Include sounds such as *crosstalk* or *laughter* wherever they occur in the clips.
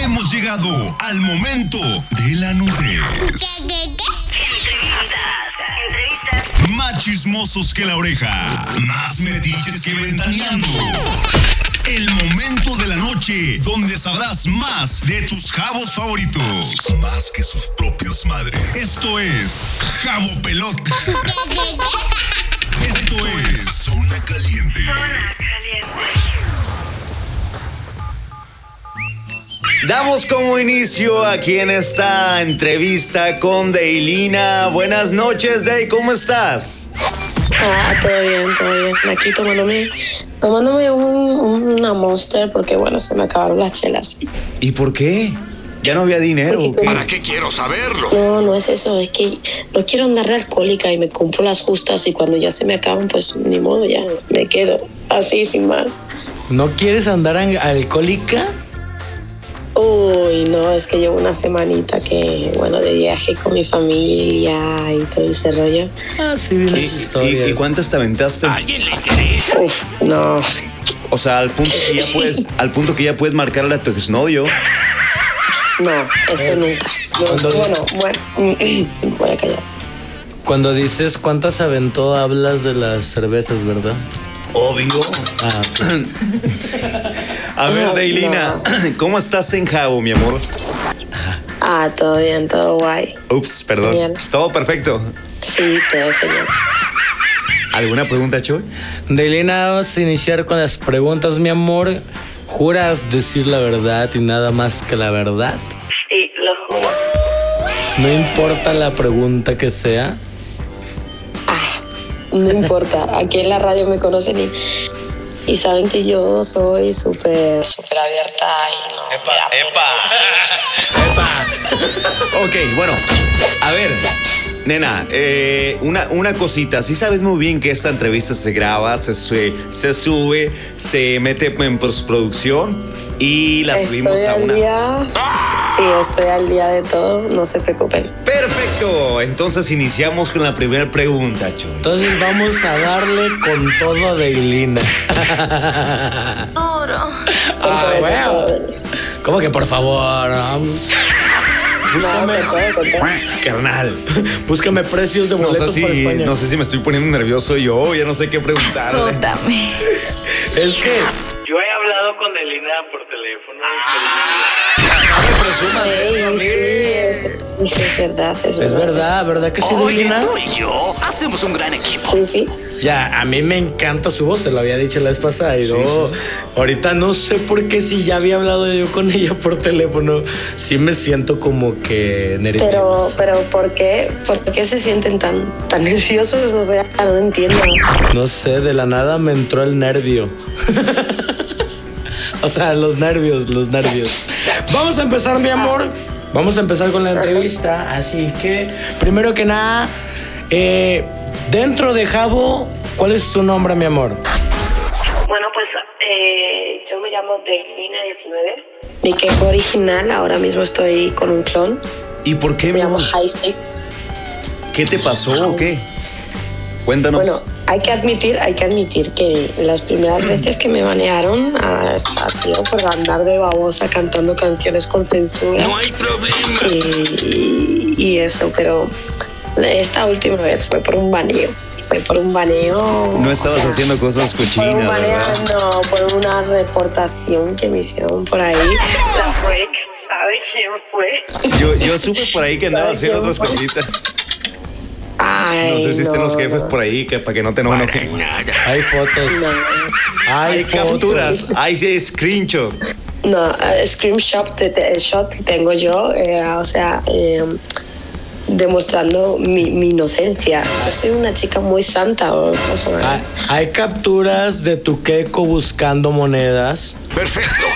Hemos llegado al momento de la Pues. nudez. Entrevistas, entrevistas, Más chismosos que la oreja. Más metiches que ventaneando. El momento de la noche donde sabrás más de tus jabos favoritos. Más que sus propias madres. Esto es Jabo Pelota. Esto es Zona Caliente. zona caliente. Damos como inicio aquí en esta entrevista con Deilina. Buenas noches, Dey, ¿cómo estás? Ah, todo bien, todo bien. Aquí tomándome, tomándome un- una monster porque bueno, se me acabaron las chelas. ¿Y por qué? Ya no había dinero. Porque como- qué quiero saberlo? no, no es eso, es que no quiero andar de alcohólica y me compro las justas y cuando ya se me acaban, pues ni modo, ya me quedo así sin más. ¿No quieres andar an- alcohólica? Uy, no, es que llevo una semanita que, bueno, de viaje con mi familia y todo ese rollo. Ah, sí, vi ¿Y, las y- historias. y cuántas te aventaste? Uf, no. O sea, al punto que ya puedes, al punto que ya puedes marcarle a tu exnovio. No, eso nunca. Yo- ¿Dónde? bueno, bueno, *clears throat* voy a callar. Cuando dices cuántas aventó, hablas de las cervezas, ¿verdad? Obvio. Ah, ok. A ver, Ay, Deilina, ¿cómo estás en Jabo, mi amor? Ah, todo bien, todo guay. Ups, perdón. Bien. Todo perfecto. Sí, todo genial. ¿Alguna pregunta, Choy? Delina, vamos a iniciar con las preguntas, mi amor. ¿Juras decir la verdad y nada más que la verdad? Sí, lo juro. No importa la pregunta que sea. Ah, no importa, aquí en la radio me conocen y, y saben que yo soy súper, súper abierta y no. me da pena. Ok, bueno, a ver, nena, eh, una, una cosita. Si sabes muy bien que esta entrevista se graba, se, sue- se sube, se mete en postproducción y la subimos Estoy a al una. día. Sí, estoy al día de todo, no se preocupen. Perfecto, entonces iniciamos con la primera pregunta, Choy. Entonces vamos a darle con todo a Delina. *laughs* Con todo, con todo. ¿Cómo que por favor? No, Búscame, con todo, con todo. *laughs* Carnal, búscame precios de no sé, boletos si, para España. no sé si me estoy poniendo nervioso yo, ya no sé qué preguntarle. *laughs* Es que Yo he hablado con Delina por teléfono. Ah. Ey, sí, es, sí, es verdad, es verdad. es verdad, ¿verdad que sí, Delina? y yo hacemos un gran equipo. Sí, sí. Ya, a mí me encanta su voz, te lo había dicho la vez pasada. Y luego, ahorita no sé por qué si ya había hablado yo con *laughs* ella por teléfono, sí me siento como que nervioso. Pero, pero ¿por qué? ¿Por qué se sienten tan, tan nerviosos? O sea, no entiendo. No sé, de la nada me entró el nervio. *laughs* o sea, los nervios, los nervios. Vamos a empezar, mi amor. Vamos a empezar con la entrevista. Así que, primero que nada, eh, dentro de Jabo, ¿cuál es tu nombre, mi amor? Bueno, pues eh, yo me llamo Delina 19. Mi quejo original, ahora mismo estoy con un clon. ¿Y por qué, Se mi llama amor? High Stakes. ¿Qué te pasó o qué? Cuéntanos. Bueno, hay que admitir, hay que admitir que las primeras veces que me banearon ah, ha sido por andar de babosa cantando canciones con censura. No hay problema. Y, y eso, pero esta última vez fue por un baneo. Fue por un baneo. no o estabas sea, haciendo cosas Por un cochinas, baneo, ¿verdad? no, por una reportación que me hicieron por ahí. La Freak, ¿sabe quién fue? Yo, *laughs* yo supe por ahí que andaba Ay, haciendo qué otras bueno. cositas. Ay, No sé si estén los no, jefes no, por ahí, que para que no te enojen. Hay fotos. no. Hay, Hay fotos. capturas, hay sí, screenshot. No, eh, screenshot te- te- shot que tengo yo, eh, o sea, eh, demostrando mi, mi inocencia. Yo soy una chica muy santa, o, ¿eh? o sea, Hay, Ah, hay capturas de tu queco buscando monedas. Perfecto.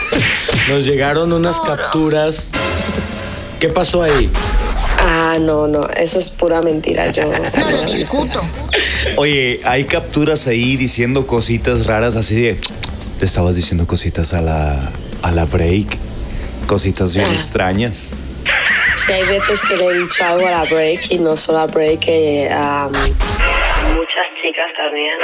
Nos llegaron unas capturas. ¿Qué pasó ahí? ah, no, no, eso es pura mentira. *laughs* Yo no lo discuto. Oye, hay capturas ahí diciendo cositas raras así de. Le estabas diciendo cositas a la, a la break. Cositas bien Ah. extrañas. Si hay veces que le he dicho algo a la break y no solo a break, eh, am, Muchas chicas también,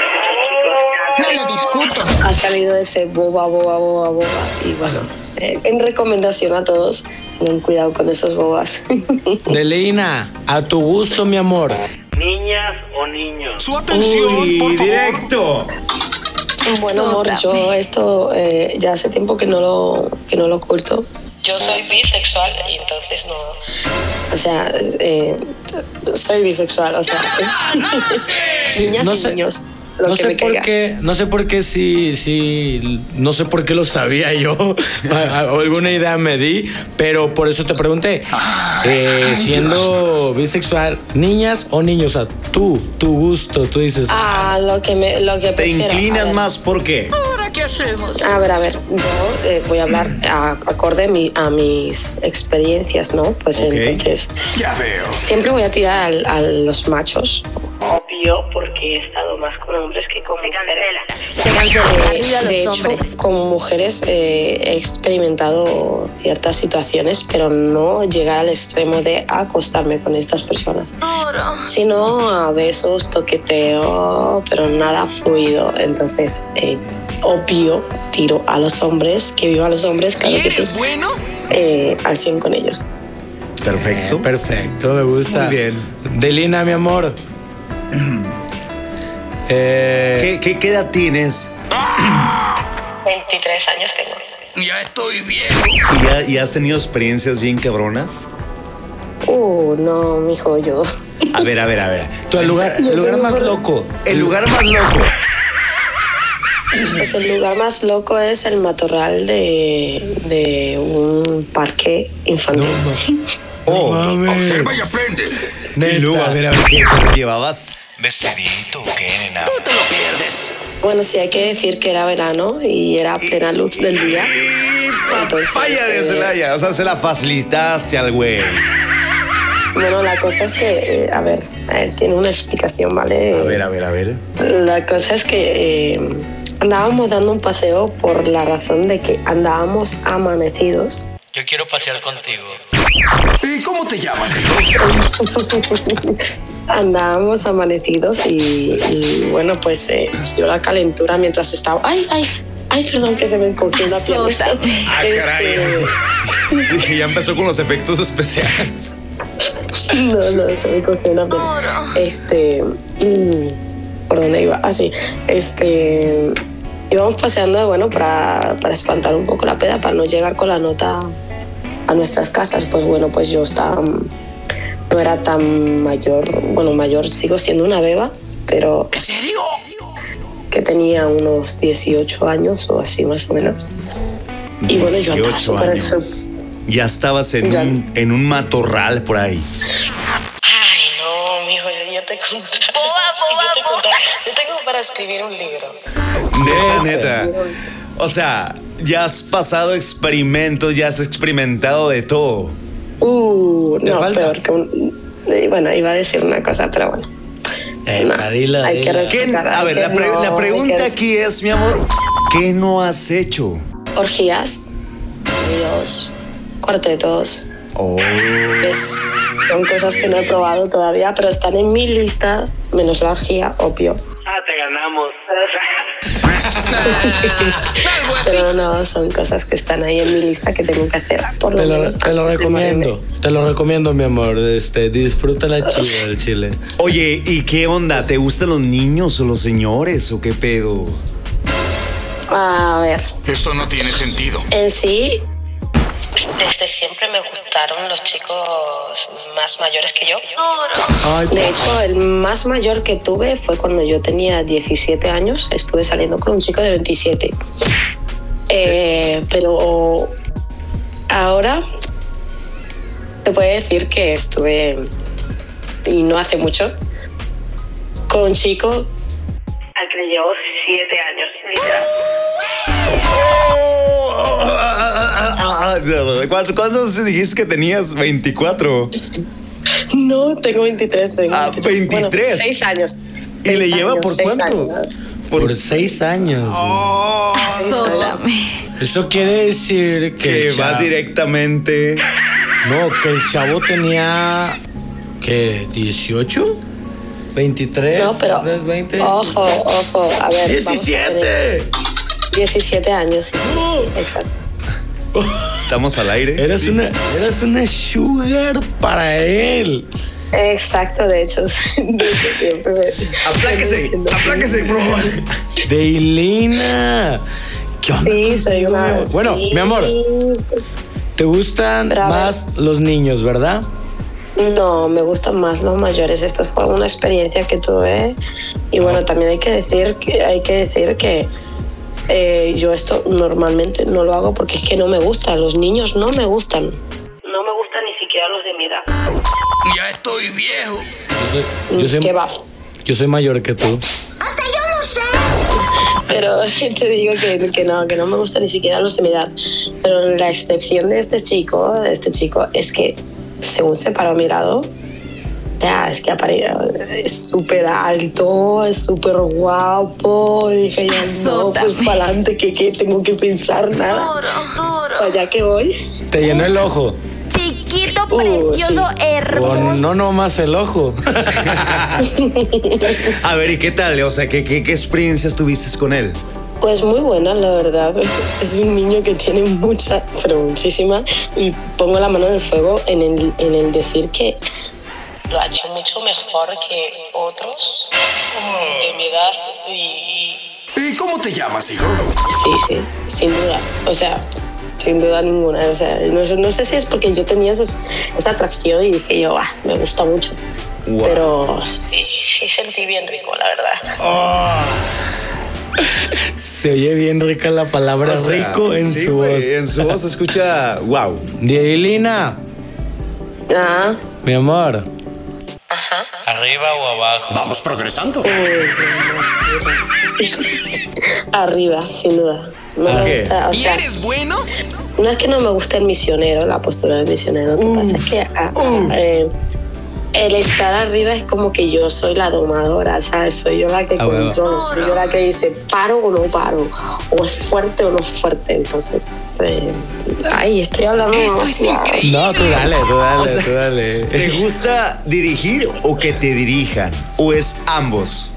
muchos chicos. ha salido ese boba, boba, boba, boba. Y bueno, eh, en recomendación a todos, tengan cuidado con esos bobas. *laughs* Delina, a tu gusto, mi amor. Niñas o niños. Su atención, por Uy, favor. directo. Bueno, amor, yo esto eh, ya hace tiempo que no lo, que no lo oculto. Yo soy bisexual y entonces no. O sea, eh, soy bisexual, o sea. *laughs* Sí, niñas no y sé- niños, lo no que sé me por caiga. qué, no sé por qué sí, sí, no sé por qué lo sabía *laughs* yo, o alguna idea me di, pero por eso te pregunté, Eh, siendo bisexual, niñas o niños, o sea, tú, tu gusto, tú dices, Ah, lo que me, lo que Te prefiero. A inclinas ver. más, ¿por qué? A ver, a ver, yo eh, voy a hablar a- acorde mi- a mis experiencias, ¿no? Pues Ok. entonces Ya veo. siempre voy a tirar al- a los machos. Obvio, porque he estado más con hombres que con mujeres. Eh, de hecho, como mujeres eh, he experimentado ciertas situaciones, pero no llegar al extremo de acostarme con estas personas. Sino a besos, toqueteo, pero nada fluido. Entonces, eh, obvio, tiro a los hombres, que vivan los hombres, claro que sí, bueno? eh, al 100 con ellos. Perfecto. perfecto, me gusta. Muy bien. Delina, mi amor. Eh, ¿Qué, qué, qué edad tienes? 23 años tengo. Ya estoy viejo. ¿Y, ya- y has tenido experiencias bien cabronas? Uh, no, mijo, yo. A ver, a ver, a ver. tu el lugar, el lugar más loco. El lugar más loco. Pues el lugar más loco es el matorral de, de un parque infantil. Oh, Observa y aprende. y luego, a ver, a ver, ¿qué te llevabas? Vestidito, ¿qué, nena? Te lo pierdes. Bueno, sí, hay que decir que era verano y era plena luz del día. Entonces, Vaya de eh, Celaya, o sea, se la facilitaste al güey. Bueno, la cosa es que, eh, a ver, eh, tiene una explicación, ¿vale? A ver, a ver, a ver. La cosa es que eh, andábamos dando un paseo por la razón de que andábamos amanecidos. Yo quiero pasear contigo. ¿Y cómo te llamas? *laughs* Andábamos amanecidos y, y, bueno, pues eh, nos dio la calentura mientras estaba. ¡Ay, ay! ¡Ay, perdón, que se me encogió una pierna! Ah, Este, Dije, ya empezó con los efectos especiales. No, no, se me cogió una pena. Este. mm, ¿Por dónde iba? Así. este. Íbamos paseando, bueno, para, para espantar un poco la peda, para no llegar con la nota a nuestras casas. Pues bueno, pues yo estaba. mm, No era tan mayor. Bueno, mayor, sigo siendo una beba, pero. ¿En serio? Que tenía unos 18 años o así más o menos. Y bueno, yo andaba 18 súper años. Ya estabas en, Ya. Un, en un matorral por ahí. Ay, no, mijo, si yo te contara. si *laughs* yo te contara, yo tengo para escribir un libro. De neta. O sea, ya has pasado experimentos, ya has experimentado de todo. Uh, ¿Te no, falta? peor que un. eh, Bueno, iba a decir una cosa, pero bueno. Eh, No, Padilla, hay que dila. respetar. ¿Qué- hay a ver, que- la, pre- no, la hay pregunta que- aquí es, mi amor, ¿qué no has hecho? Orgías, Dios, cuartetos. Oh, Es, son cosas que no he probado todavía, pero están en mi lista, menos la orgía, obvio. Ah, te ganamos. *laughs* Pero no, son cosas que están ahí en mi lista que tengo que hacer. Por lo Te lo, menos te lo antes de morirme. recomiendo, te lo recomiendo, mi amor. Este, disfrútala chida el chile. Oye, ¿y qué onda? ¿Te gustan los niños o los señores o qué pedo? A ver, Esto no tiene sentido. En sí, desde siempre me gustaron los chicos más mayores que yo. Ay, De hecho, el más mayor que tuve fue cuando yo tenía 17 años. Estuve saliendo con un chico de 27. Eh, pero ahora se puede decir que estuve, y no hace mucho, con un chico Al que le llevo 7 años, literal. Oh, ¿Cuántos, cuántos dijiste que tenías? 24. No, tengo 23. Tengo Ah, 23. 6 años. ¿Y le Seis lleva años, por seis cuánto? años. por seis años. Seis años. Eso quiere decir que. que el vas chavo- directamente. No, que el chavo tenía. ¿Qué? ¿18? ¿23? No, pero. oh, 23, 20, Ojo, ojo. A ver. vamos a 17. poner 17 años. sí, sí, sí, exacto. Estamos al aire. Eras una, eras una sugar para él. Exacto, de hecho, *laughs* de hecho, siempre me- siempre Apláquese, diciendo- apláquese, por favor. De Ilina. ¿Qué onda? Sí, soy contigo, mi una. amor? Bueno, sí. mi amor, te gustan Pero a ver. más los niños, ¿verdad? No, me gustan más los mayores. Esto fue una experiencia que tuve. Y bueno, también hay que decir que hay que decir que eh, yo esto normalmente no lo hago porque es que no me gusta. Los niños no me gustan. No me gustan ni siquiera los de mi edad. Ya estoy viejo. Yo soy, yo soy, Mm, ¿Qué va? yo soy mayor que tú. Pero *laughs* te digo que, que no, que no me gusta ni siquiera los de mi edad. Pero la excepción de este chico, de este chico, es que según se paró a mi lado, ya, es que apare- es súper alto, es súper guapo. Y dije, ya no, pues Azótame. para adelante, que, que tengo que pensar nada. Duro, duro. Para allá que voy. Te llenó el ojo. Chiquito, Uh, precioso, sí. O hermoso. no nomás el ojo. *laughs* A ver, ¿y qué tal? O sea, ¿qué, qué, qué experiencias tuviste con él? Pues muy buena, la verdad. *laughs* Es un niño que tiene mucha, pero muchísima. Y pongo la mano en el fuego en el, en el decir que lo ha hecho mucho mejor que otros de mi edad. Y ¿Y cómo te llamas, hijo? sí, sí, sin duda. O sea, sin duda ninguna. O sea, no, sé- no sé si es porque yo tenía esas- esa atracción y dije yo, ah, me gusta mucho. Wow. Pero sí, sí sentí bien rico, la verdad. Se oye bien rica la palabra O sea, rico en sí, su güey, voz. En su voz se escucha wow. De Ilina, Ah, mi amor. Arriba o abajo. Vamos progresando. Arriba, sin duda. No ¿Por me qué? gusta, o sea, bueno? no es que no me guste el misionero, la postura del misionero. Lo que pasa es que ah, eh, el estar arriba es como que yo soy la domadora, ¿sabes? Soy yo la que Ah, bueno. controlo, soy yo la que dice paro o no paro, o es fuerte o no es fuerte. Entonces, eh, ay, estoy hablando demasiado. *laughs* No, tú dale, tú dale, tú dale. ¿Te *laughs* gusta dirigir o que te dirijan? ¿O es ambos?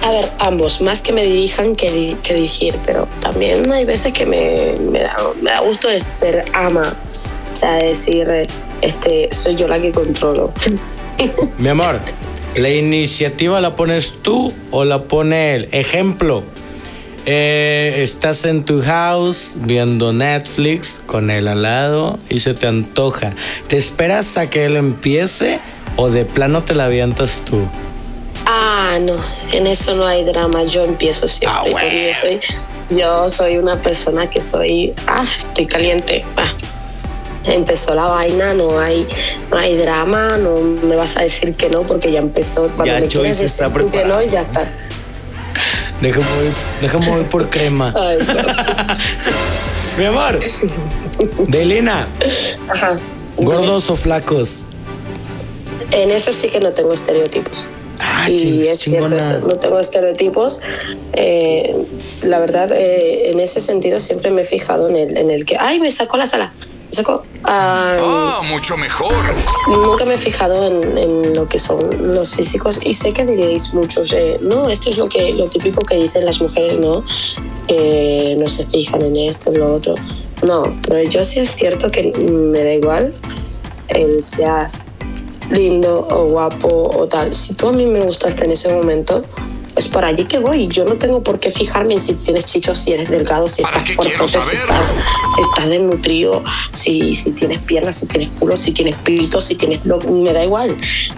A ver, ambos, más que me dirijan que, di- que dirigir, pero también hay veces que me, me da, me da gusto de ser ama, o sea, decir, eh, este, soy yo la que *laughs* controlo. Mi amor, ¿la iniciativa la pones tú o la pone él? Ejemplo, eh, estás en tu house viendo Netflix con él al lado y se te antoja. ¿Te esperas a que él empiece o de plano te la avientas tú? Ah, no, en eso no hay drama, yo empiezo siempre. Ah, bueno. porque yo, soy, yo soy una persona que soy, ah, estoy caliente. ah. Empezó la vaina, no hay, no hay drama, no me vas a decir que no porque ya empezó. Cuando Ya me Joyce quieres decir está tú que no, preparada. ya está. Déjame ir, déjame ir por crema. Ay, no. *laughs* Mi amor, Delina, Ajá. ¿gordos o flacos? En eso sí que no tengo estereotipos. Ah, y ching- es cierto, chingona. esto, no tengo estereotipos. Eh, la verdad, eh, en ese sentido siempre me he fijado en el, en el que, ay, me sacó la sala. me sacó". Ay, Ah, mucho mejor. Nunca me he fijado en, en lo que son los físicos y sé que diréis muchos, eh, no, esto es lo, que, lo típico que dicen las mujeres, ¿no? Eh, no se fijan en esto, en lo otro. No, pero yo sí es cierto que me da igual el seas lindo o guapo o tal. Si tú a mí me gustaste en ese momento, pues por allí que voy. Yo no tengo por qué fijarme en si tienes chichos, si eres delgado, si ¿Para estás qué fuerte, quiero si estás, saber? si estás desnutrido, si, si tienes piernas, si tienes culo, si tienes pito, si tienes... lo- me da igual.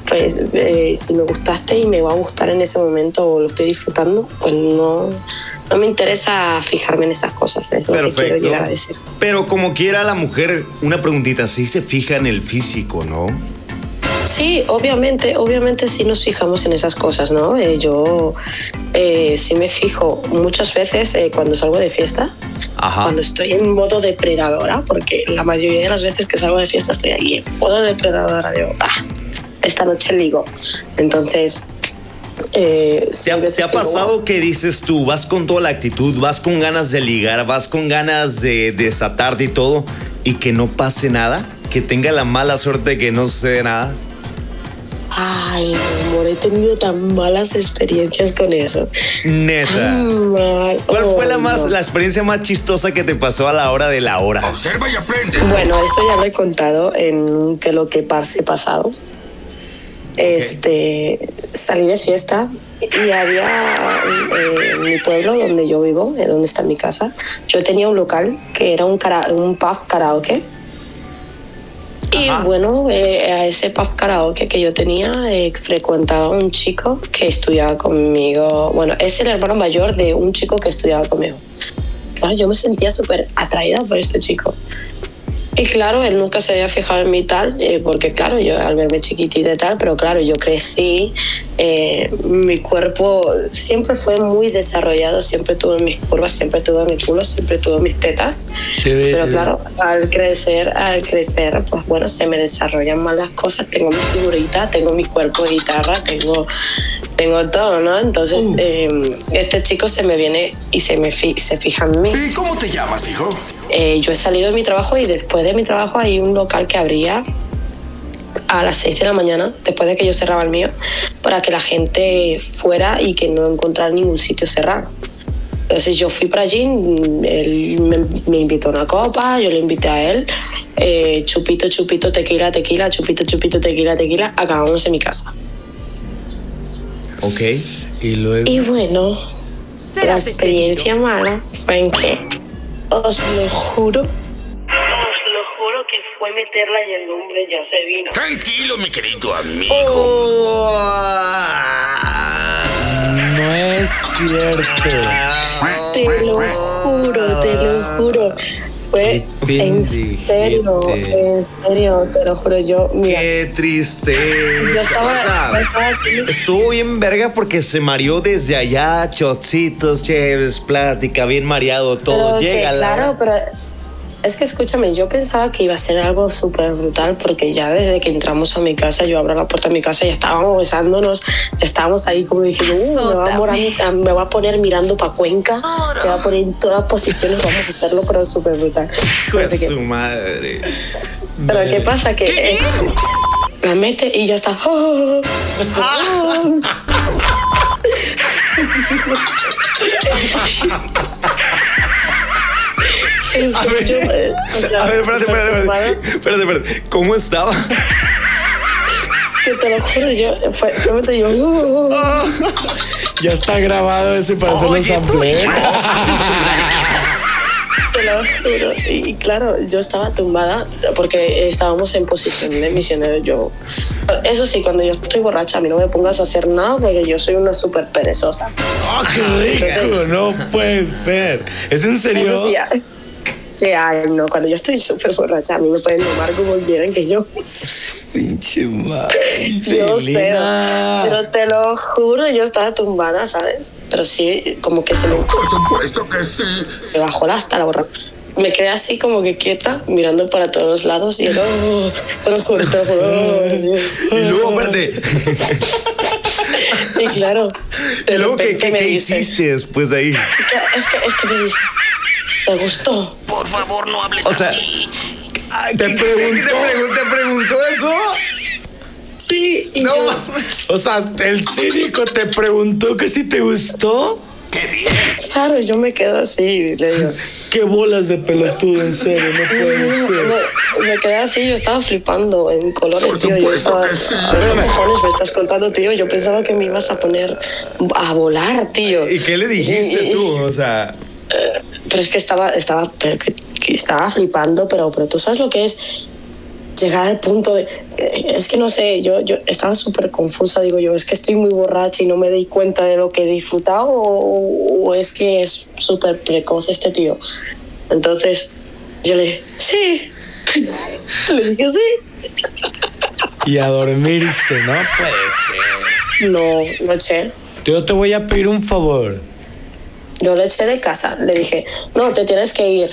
Pues eh, si me gustaste y me va a gustar en ese momento o lo estoy disfrutando, pues no, no me interesa fijarme en esas cosas. Es lo que quiero Perfecto. llegar a decir. Pero como quiera la mujer, una preguntita, sí se fija en el físico, ¿no? Sí, obviamente, obviamente sí nos fijamos en esas cosas, ¿no? Eh, yo eh, sí me fijo muchas veces eh, cuando salgo de fiesta, Ajá. cuando estoy en modo depredadora, porque la mayoría de las veces que salgo de fiesta estoy ahí en modo depredadora, digo, "Ah, esta noche ligo. Entonces, eh, sí ¿Te hay ha, veces te ha que digo, pasado que dices tú, vas con toda la actitud, vas con ganas de ligar, vas con ganas de desatarte y todo, y que no pase nada? ¿Que tenga la mala suerte de que no sucede nada? Ay, mi amor, he tenido tan malas experiencias con eso. *laughs* Neta. Tan mal. ¿Cuál fue la Ah. Oh, más, no. la experiencia más chistosa que te pasó a la hora de la hora? Observa y aprende. Bueno, esto ya lo he contado en que lo que pase pasado. Este, salí de fiesta y había eh, en mi pueblo donde yo vivo, eh, donde está mi casa, yo tenía un local que era un, cara- un pub karaoke. Y Ajá. bueno, eh, a ese pub karaoke que yo tenía eh, frecuentaba un chico que estudiaba conmigo. Bueno, es el hermano mayor de un chico que estudiaba conmigo. Claro, yo me sentía súper atraída por este chico. Y claro, él nunca se había fijado en mí tal, eh, porque claro, yo al verme chiquitita y tal, pero claro, yo crecí, eh, mi cuerpo siempre fue muy desarrollado, siempre tuve mis curvas, siempre tuve mi culo, siempre tuve mis tetas. Se ve, se Pero ve. claro, al crecer, al crecer, pues bueno, se me desarrollan más las cosas. Tengo mi figurita, tengo mi cuerpo de guitarra, tengo, tengo todo, ¿no? Entonces, eh, este chico se me viene y se me fi- se fija en mí. ¿Y cómo te llamas, hijo? Eh, yo he salido de mi trabajo y después de mi trabajo hay un local que abría a las 6 de la mañana, después de que yo cerraba el mío, para que la gente fuera y que no encontrara ningún sitio cerrado. Entonces yo fui para allí, mm, él me, me invitó a una copa, yo le invité a él, eh, chupito, chupito, tequila, tequila, chupito, chupito, tequila, tequila, acabamos en mi casa. Ok. Y luego. Y bueno, la experiencia mala fue en que, os lo juro, Os lo juro que fue meterla y el hombre ya se vino. Tranquilo, mi querido amigo. Oh. No es cierto. Te lo juro, te lo juro. Fue Qué en serio, pendejiete. en serio, te lo juro. Yo, mira, Qué triste. yo estaba, O sea, yo estaba aquí. Estuvo bien verga porque se mareó desde allá, chocitos, chéves, plática, bien mareado todo. pero que, Llega la claro, hora. pero es que escúchame, yo pensaba que iba a ser algo súper brutal porque ya desde que entramos a mi casa, yo abro la puerta de mi casa y ya estábamos besándonos, ya estábamos ahí como diciendo, "Uh, me va a, morar- me va a poner mirando para Cuenca, me va a poner en todas posiciones, vamos a hacerlo, pero súper brutal. Hijo No de sé qué. su madre. Pero ¿qué pasa? Que eh, la mete y ya está. *laughs* "Oh". Es que yo, eh, o sea, A ver, espérate, súper espérate, turbada, espérate. Espérate, espérate. ¿Cómo estaba? que te lo juro, yo fue, yo me te digo, *laughs* "Oh". Ah. Ya está grabado ese para hacer los sample. *laughs* Te lo juro. Y claro, yo estaba tumbada porque estábamos en posición de misionero. Yo, eso sí, cuando yo estoy borracha, a mí no me pongas a hacer nada porque yo soy una súper perezosa. *laughs* ¡Oh, qué rico! No puede ser. ¿Es en serio? Eso sí, ah, sí, ay, no, cuando yo estoy súper borracha, a mí me pueden tomar como quieran que yo. Pinche madre. Yo sé, Selena. pero te lo juro, yo estaba tumbada, ¿sabes? Pero sí, como que se me, Por supuesto que sí. me bajó la hasta la borracha. Me quedé así como que quieta, mirando para todos lados y era, "Oh, te lo juro, te lo juro. oh". Y luego, *laughs* espérate. Y claro, de ¿Y luego qué, repente qué- me qué dice, hiciste después de ahí? Es que, es que me dice, ¿te gustó? Por favor, no hables O sea- así. ¿Te preguntó? ¿Te preguntó, eso? Sí, y No yo, mames. O sea, el cínico te preguntó que si te gustó. claro, yo me quedo así y le digo, Qué bolas de pelotudo, en serio, no puede ser. Me, me quedé así, yo estaba flipando en colores, Por tío. Yo supuesto estaba, que sí. "A ver, cojones me estás contando, tío? Yo pensaba que me ibas a poner a volar, tío. ¿Y qué le dijiste tú? O sea, Pero es que estaba, estaba, pero que- que estaba flipando, pero, pero tú sabes lo que es llegar al punto de... eh, Es que no sé, yo, yo estaba súper confusa, digo yo, es que estoy muy borracha y no me di cuenta de lo que he disfrutado o, o es que es súper precoz este tío. Entonces yo le dije, sí, *laughs* le dije sí. Y a dormirse, no puede ser. No, lo eché. Yo te voy a pedir un favor. Yo lo eché de casa. Le dije, no, te tienes que ir.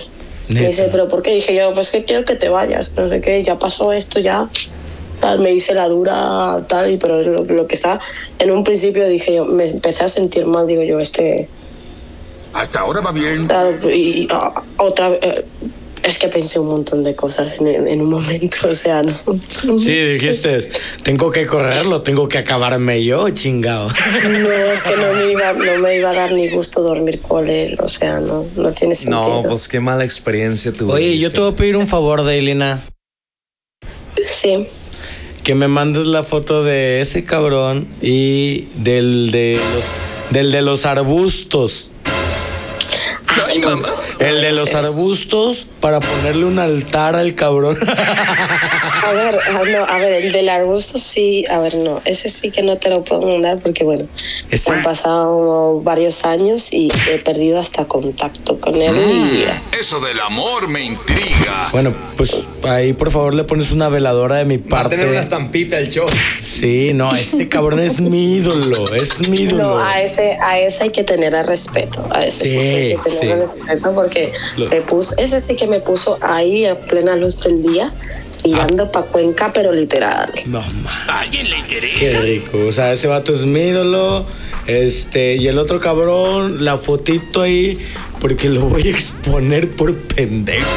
Me Neta. dice, pero ¿por qué? Dije yo, pues que quiero que te vayas. No sé qué, ya pasó esto, ya. Tal, me hice la dura, tal, y pero lo, lo que está. En un principio dije yo, me empecé a sentir mal, digo yo, este. Hasta ahora va bien. Tal, y ah, otra. eh, Es que pensé un montón de cosas en, en un momento, o sea, no. Sí, dijiste, tengo que correrlo, tengo que acabarme yo, chingado. No, es que no me iba, no me iba a dar ni gusto dormir con él, o sea, no, no tiene sentido. No, pues qué mala experiencia tuviste. Oye, yo te voy a pedir un favor, Dailina. Sí. Que me mandes la foto de ese cabrón y del de los, del de los arbustos. Ay, no, no, El de los es- arbustos para ponerle un altar *laughs* al cabrón. A ver, ah, no, a ver, el del arbusto sí, a ver, no, ese sí que no te lo puedo mandar porque, bueno, Ese- han pasado varios años y he perdido hasta contacto con él y Ah, Eso del amor me intriga. Bueno, pues ahí por favor le pones una veladora de mi Va a parte. tener una estampita el show. Sí, no, ese cabrón es mi ídolo, es mi ídolo. No, a ese, a ese hay que tener el respeto. A ese sí, Sí, hay que tener sí. el respeto porque Lo- me puso, ese sí que me puso ahí a plena luz del día, tirando Ah. pa' Cuenca, pero literal. No, ma, ¿A alguien le interesa? qué rico. O sea, ese vato es mi ídolo. Este, y el otro cabrón, la fotito ahí, porque lo voy a exponer por pendejo.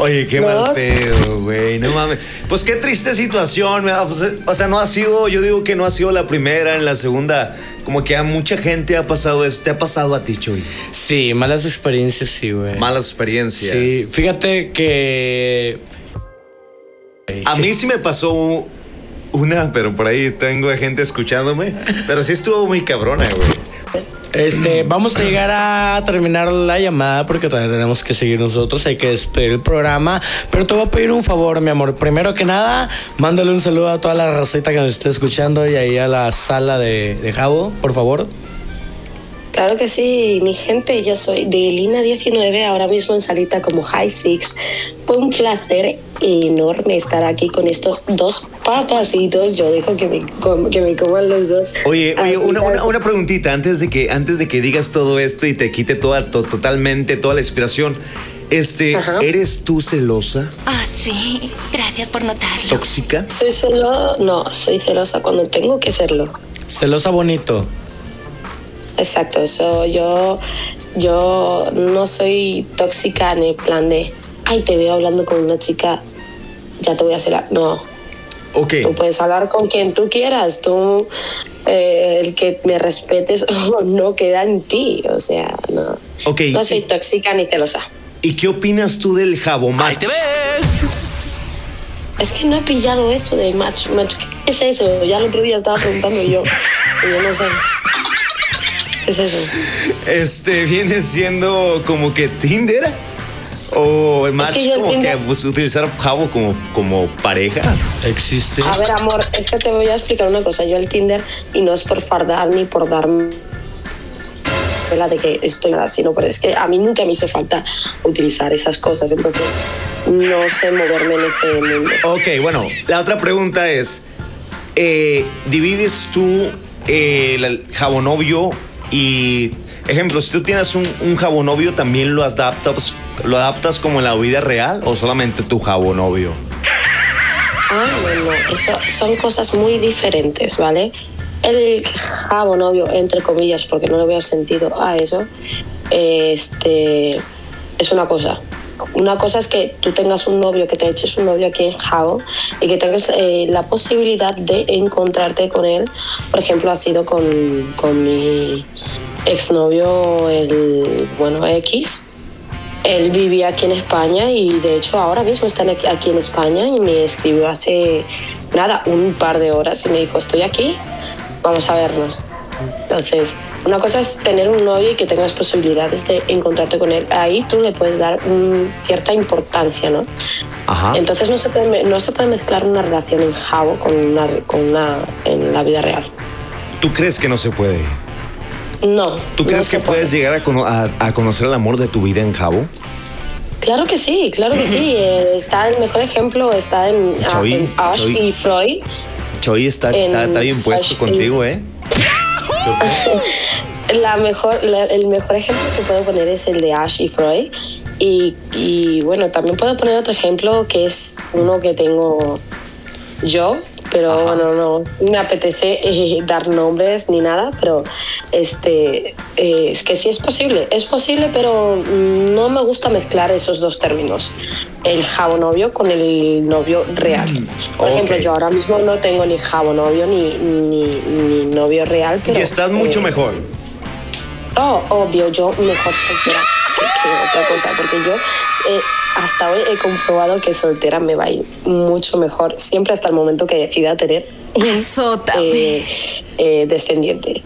Oye, qué No. mal pedo, güey. No mames. Pues qué triste situación. ¿verdad? Pues, eh, o sea, no ha sido, yo digo que no ha sido la primera, en la segunda. Como que a mucha gente ha pasado esto. Te ha pasado a ti, Chuy. Sí, malas experiencias, sí, güey. Malas experiencias. Sí, fíjate que. A mí sí me pasó u- una, pero por ahí tengo gente escuchándome. Pero sí estuvo muy cabrona, güey. Este, vamos a llegar a terminar la llamada porque todavía tenemos que seguir nosotros, hay que despedir el programa, pero te voy a pedir un favor, mi amor. Primero que nada, mándale un saludo a toda la racita que nos esté escuchando y ahí a la sala de, de Jabo, por favor. Claro que sí, mi gente, yo soy de Lina 19, ahora mismo en salita como High Six. Fue un placer enorme estar aquí con estos dos papacitos. Yo dejo que me, com- que me coman los dos. Oye, oye, Así una, tal una- una preguntita antes de que antes de que digas todo esto y te quite toda to- totalmente toda la inspiración. Este, Ajá. ¿eres tú celosa, Ah, sí. Gracias por notarlo. tóxica? Soy celosa, no, soy celosa cuando tengo que serlo. Celosa bonito. Exacto, eso yo, yo no soy tóxica en el plan de, ay, te veo hablando con una chica, ya te voy a celar. No, Ok. tú puedes hablar con quien tú quieras, tú, eh, el que me respetes *laughs* o no queda en ti, o sea, no. Ok. No soy tóxica ni celosa. ¿Y qué opinas tú del jabomax? Es que no he pillado esto de match, match. ¿Qué es eso? Ya el otro día estaba preguntando y yo, y yo no sé. ¿Qué es eso? Este viene siendo como que Tinder o más que yo el como Tinder- que pues, utilizar jabo como como parejas. Existe. A ver, amor, es que te voy a explicar una cosa. Yo el Tinder, y no es por fardar ni por darme la de que estoy nada, sino pero es que a mí nunca me hizo falta utilizar esas cosas, entonces no sé moverme en ese mundo. Ok, bueno, la otra pregunta es, eh, ¿divides tú eh, el jabonovio y, ejemplo, si tú tienes un, un jabonovio, ¿también lo adaptas, lo adaptas como en la vida real o solamente tu jabonovio? Ah, no, no, eso son cosas muy diferentes, ¿vale? El jabón, novio, entre comillas, porque no le veo sentido a eso, este, es una cosa. Una cosa es que tú tengas un novio, que te eches un novio aquí en Jabo y que tengas eh, la posibilidad de encontrarte con él. Por ejemplo, ha sido con, con mi exnovio, el, bueno, X, él vivía aquí en España y de hecho ahora mismo está aquí, aquí en España y me escribió hace nada, un par de horas y me dijo, estoy aquí, vamos a vernos. Entonces, una cosa es tener un novio y que tengas posibilidades de encontrarte con él. Ahí tú le puedes dar mm, cierta importancia, ¿no? Ajá. Entonces no se, puede, me- no se puede mezclar una relación en jabo con una, con una en la vida real. ¿Tú crees que no se puede? No. ¿Tú no crees se que puedes puede. llegar a, cono- a- a conocer el amor de tu vida en jabo? Claro que sí, claro *clears throat* que sí. Eh, Está el mejor ejemplo, está en, ah, Choy, en Ash Choy. y Freud. Choy está, En- está, está bien puesto Ay, contigo, ¿eh? La mejor, la- el mejor ejemplo que puedo poner es el de Ash y Freud. Y, y, bueno, también puedo poner otro ejemplo que es uno que tengo yo, pero bueno, no me apetece eh, *laughs* dar nombres ni nada, pero este eh, es que sí es posible, es posible, pero mm, no me gusta mezclar esos dos términos, el jabo novio con el novio real. Por ejemplo, Mm, ok. yo ahora mismo no tengo ni jabo novio ni, ni, ni novio real, pero Y estás mucho eh, mejor. Oh, obvio, yo mejor soltera que, que otra cosa, porque yo eh, hasta hoy he comprobado que soltera me va a ir mucho mejor, siempre hasta el momento que decida tener un Azótame. eh, eh, descendiente.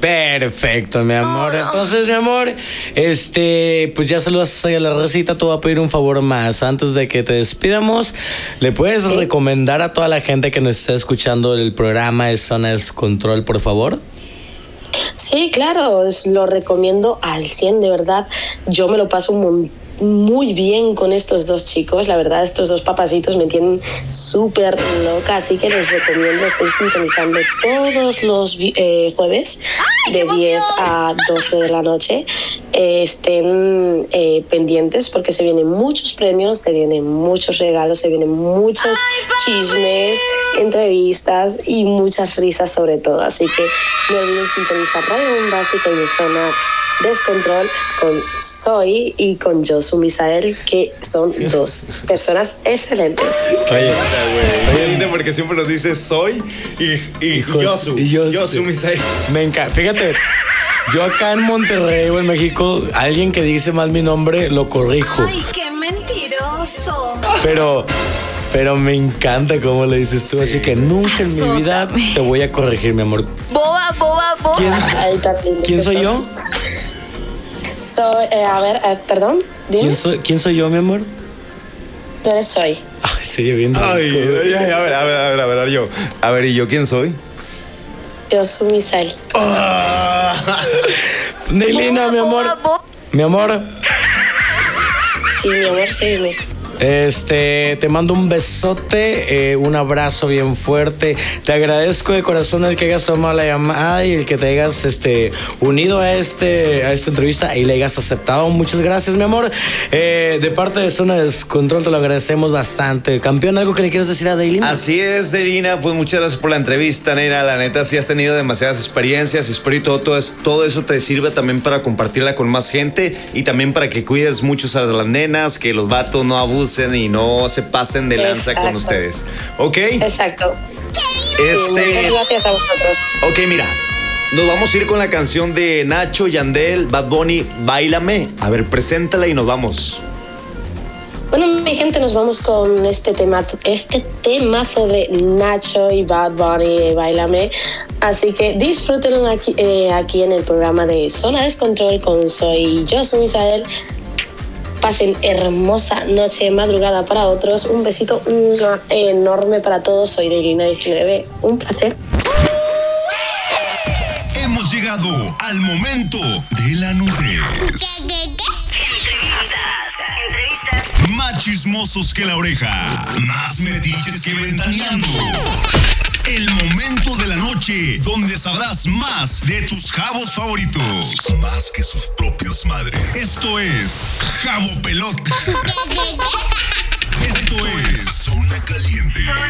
Perfecto, mi amor. Entonces, mi amor, este, pues ya saludas a la recita. Te voy a pedir un favor más. Antes de que te despidamos, ¿le puedes recomendar a toda la gente que nos está escuchando el programa de Zona Descontrol, por favor? Sí, claro, os lo recomiendo al 100, de verdad. Yo me lo paso mon- muy bien con estos dos chicos, la verdad, estos dos papacitos me tienen súper loca, así que les recomiendo, estoy sintonizando todos los vi- eh, jueves de 10 a 12 de la noche. Eh, estén eh, pendientes porque se vienen muchos premios, se vienen muchos regalos, se vienen muchos chismes, entrevistas y muchas risas sobre todo. Así que no olviden sintonizar Radio Bombástico y mi zona descontrol con Soy y con Josu Misael, que son dos personas excelentes. Oye, Oye, porque siempre nos dice soy y, y Yosu. y Yosu. Yosu Misael. Me encanta. Fíjate, yo acá en Monterrey o en México, alguien que dice mal mi nombre, lo corrijo. Ay, qué mentiroso. Pero, pero me encanta cómo le dices tú. Así que nunca en mi vida te voy a corregir, mi amor. Boba, boba, boba. Ay, tan lindos ¿Quién que soy son. yo? Soy, eh, a ver, eh, perdón, dime, ¿Quién soy, quién soy yo, mi amor? ¿tú eres Soy? Ay, sigue viendo. Ay, ay, ay, a ver, a ver, a ver, a ver, a ver, yo. A ver, ¿y yo quién soy? Josu Misael. Neilina, mi amor. Mi amor, Sí, mi amor, sí, mi- este, te mando un besote, eh, un abrazo bien fuerte. Te agradezco de corazón el que hayas tomado la llamada y el que te hayas este, unido a, este, a esta entrevista y la hayas aceptado. Muchas gracias, mi amor. Eh, de parte de Zona Descontrol te lo agradecemos bastante. Campeón, ¿algo que le quieras decir a Dailina? Así es, Delina. Pues muchas gracias por la entrevista, Nena. La neta, sí has tenido demasiadas experiencias. Espero y todo, todo, es- todo eso te sirva también para compartirla con más gente y también para que cuides mucho a las nenas, que los vatos no abusen y no se pasen de lanza con Exacto. ustedes. ¿Ok? exacto. Sí, Este. muchas gracias a vosotros. Ok, mira. Nos vamos a ir con la canción de Nacho, Yandel, Bad Bunny, Bailame. A ver, preséntala y nos vamos. Bueno, mi gente, nos vamos con este tema, este temazo de Nacho y Bad Bunny, eh, Bailame. Así que disfrútenlo aquí, eh, aquí en el programa de Zona Descontrol con Soy Yo, soy Isabel. Pasen hermosa noche, madrugada para otros. Un besito ¡mua! enorme para todos. Soy Delina 19. Un placer. Hemos llegado al momento de la nudez. Más chismosos que la oreja. Más metiches que ventaneando. El momento de la noche donde sabrás más de tus jabos favoritos. Más que sus propias madres. Esto es Jabo Pelota. Esto es Zona Caliente.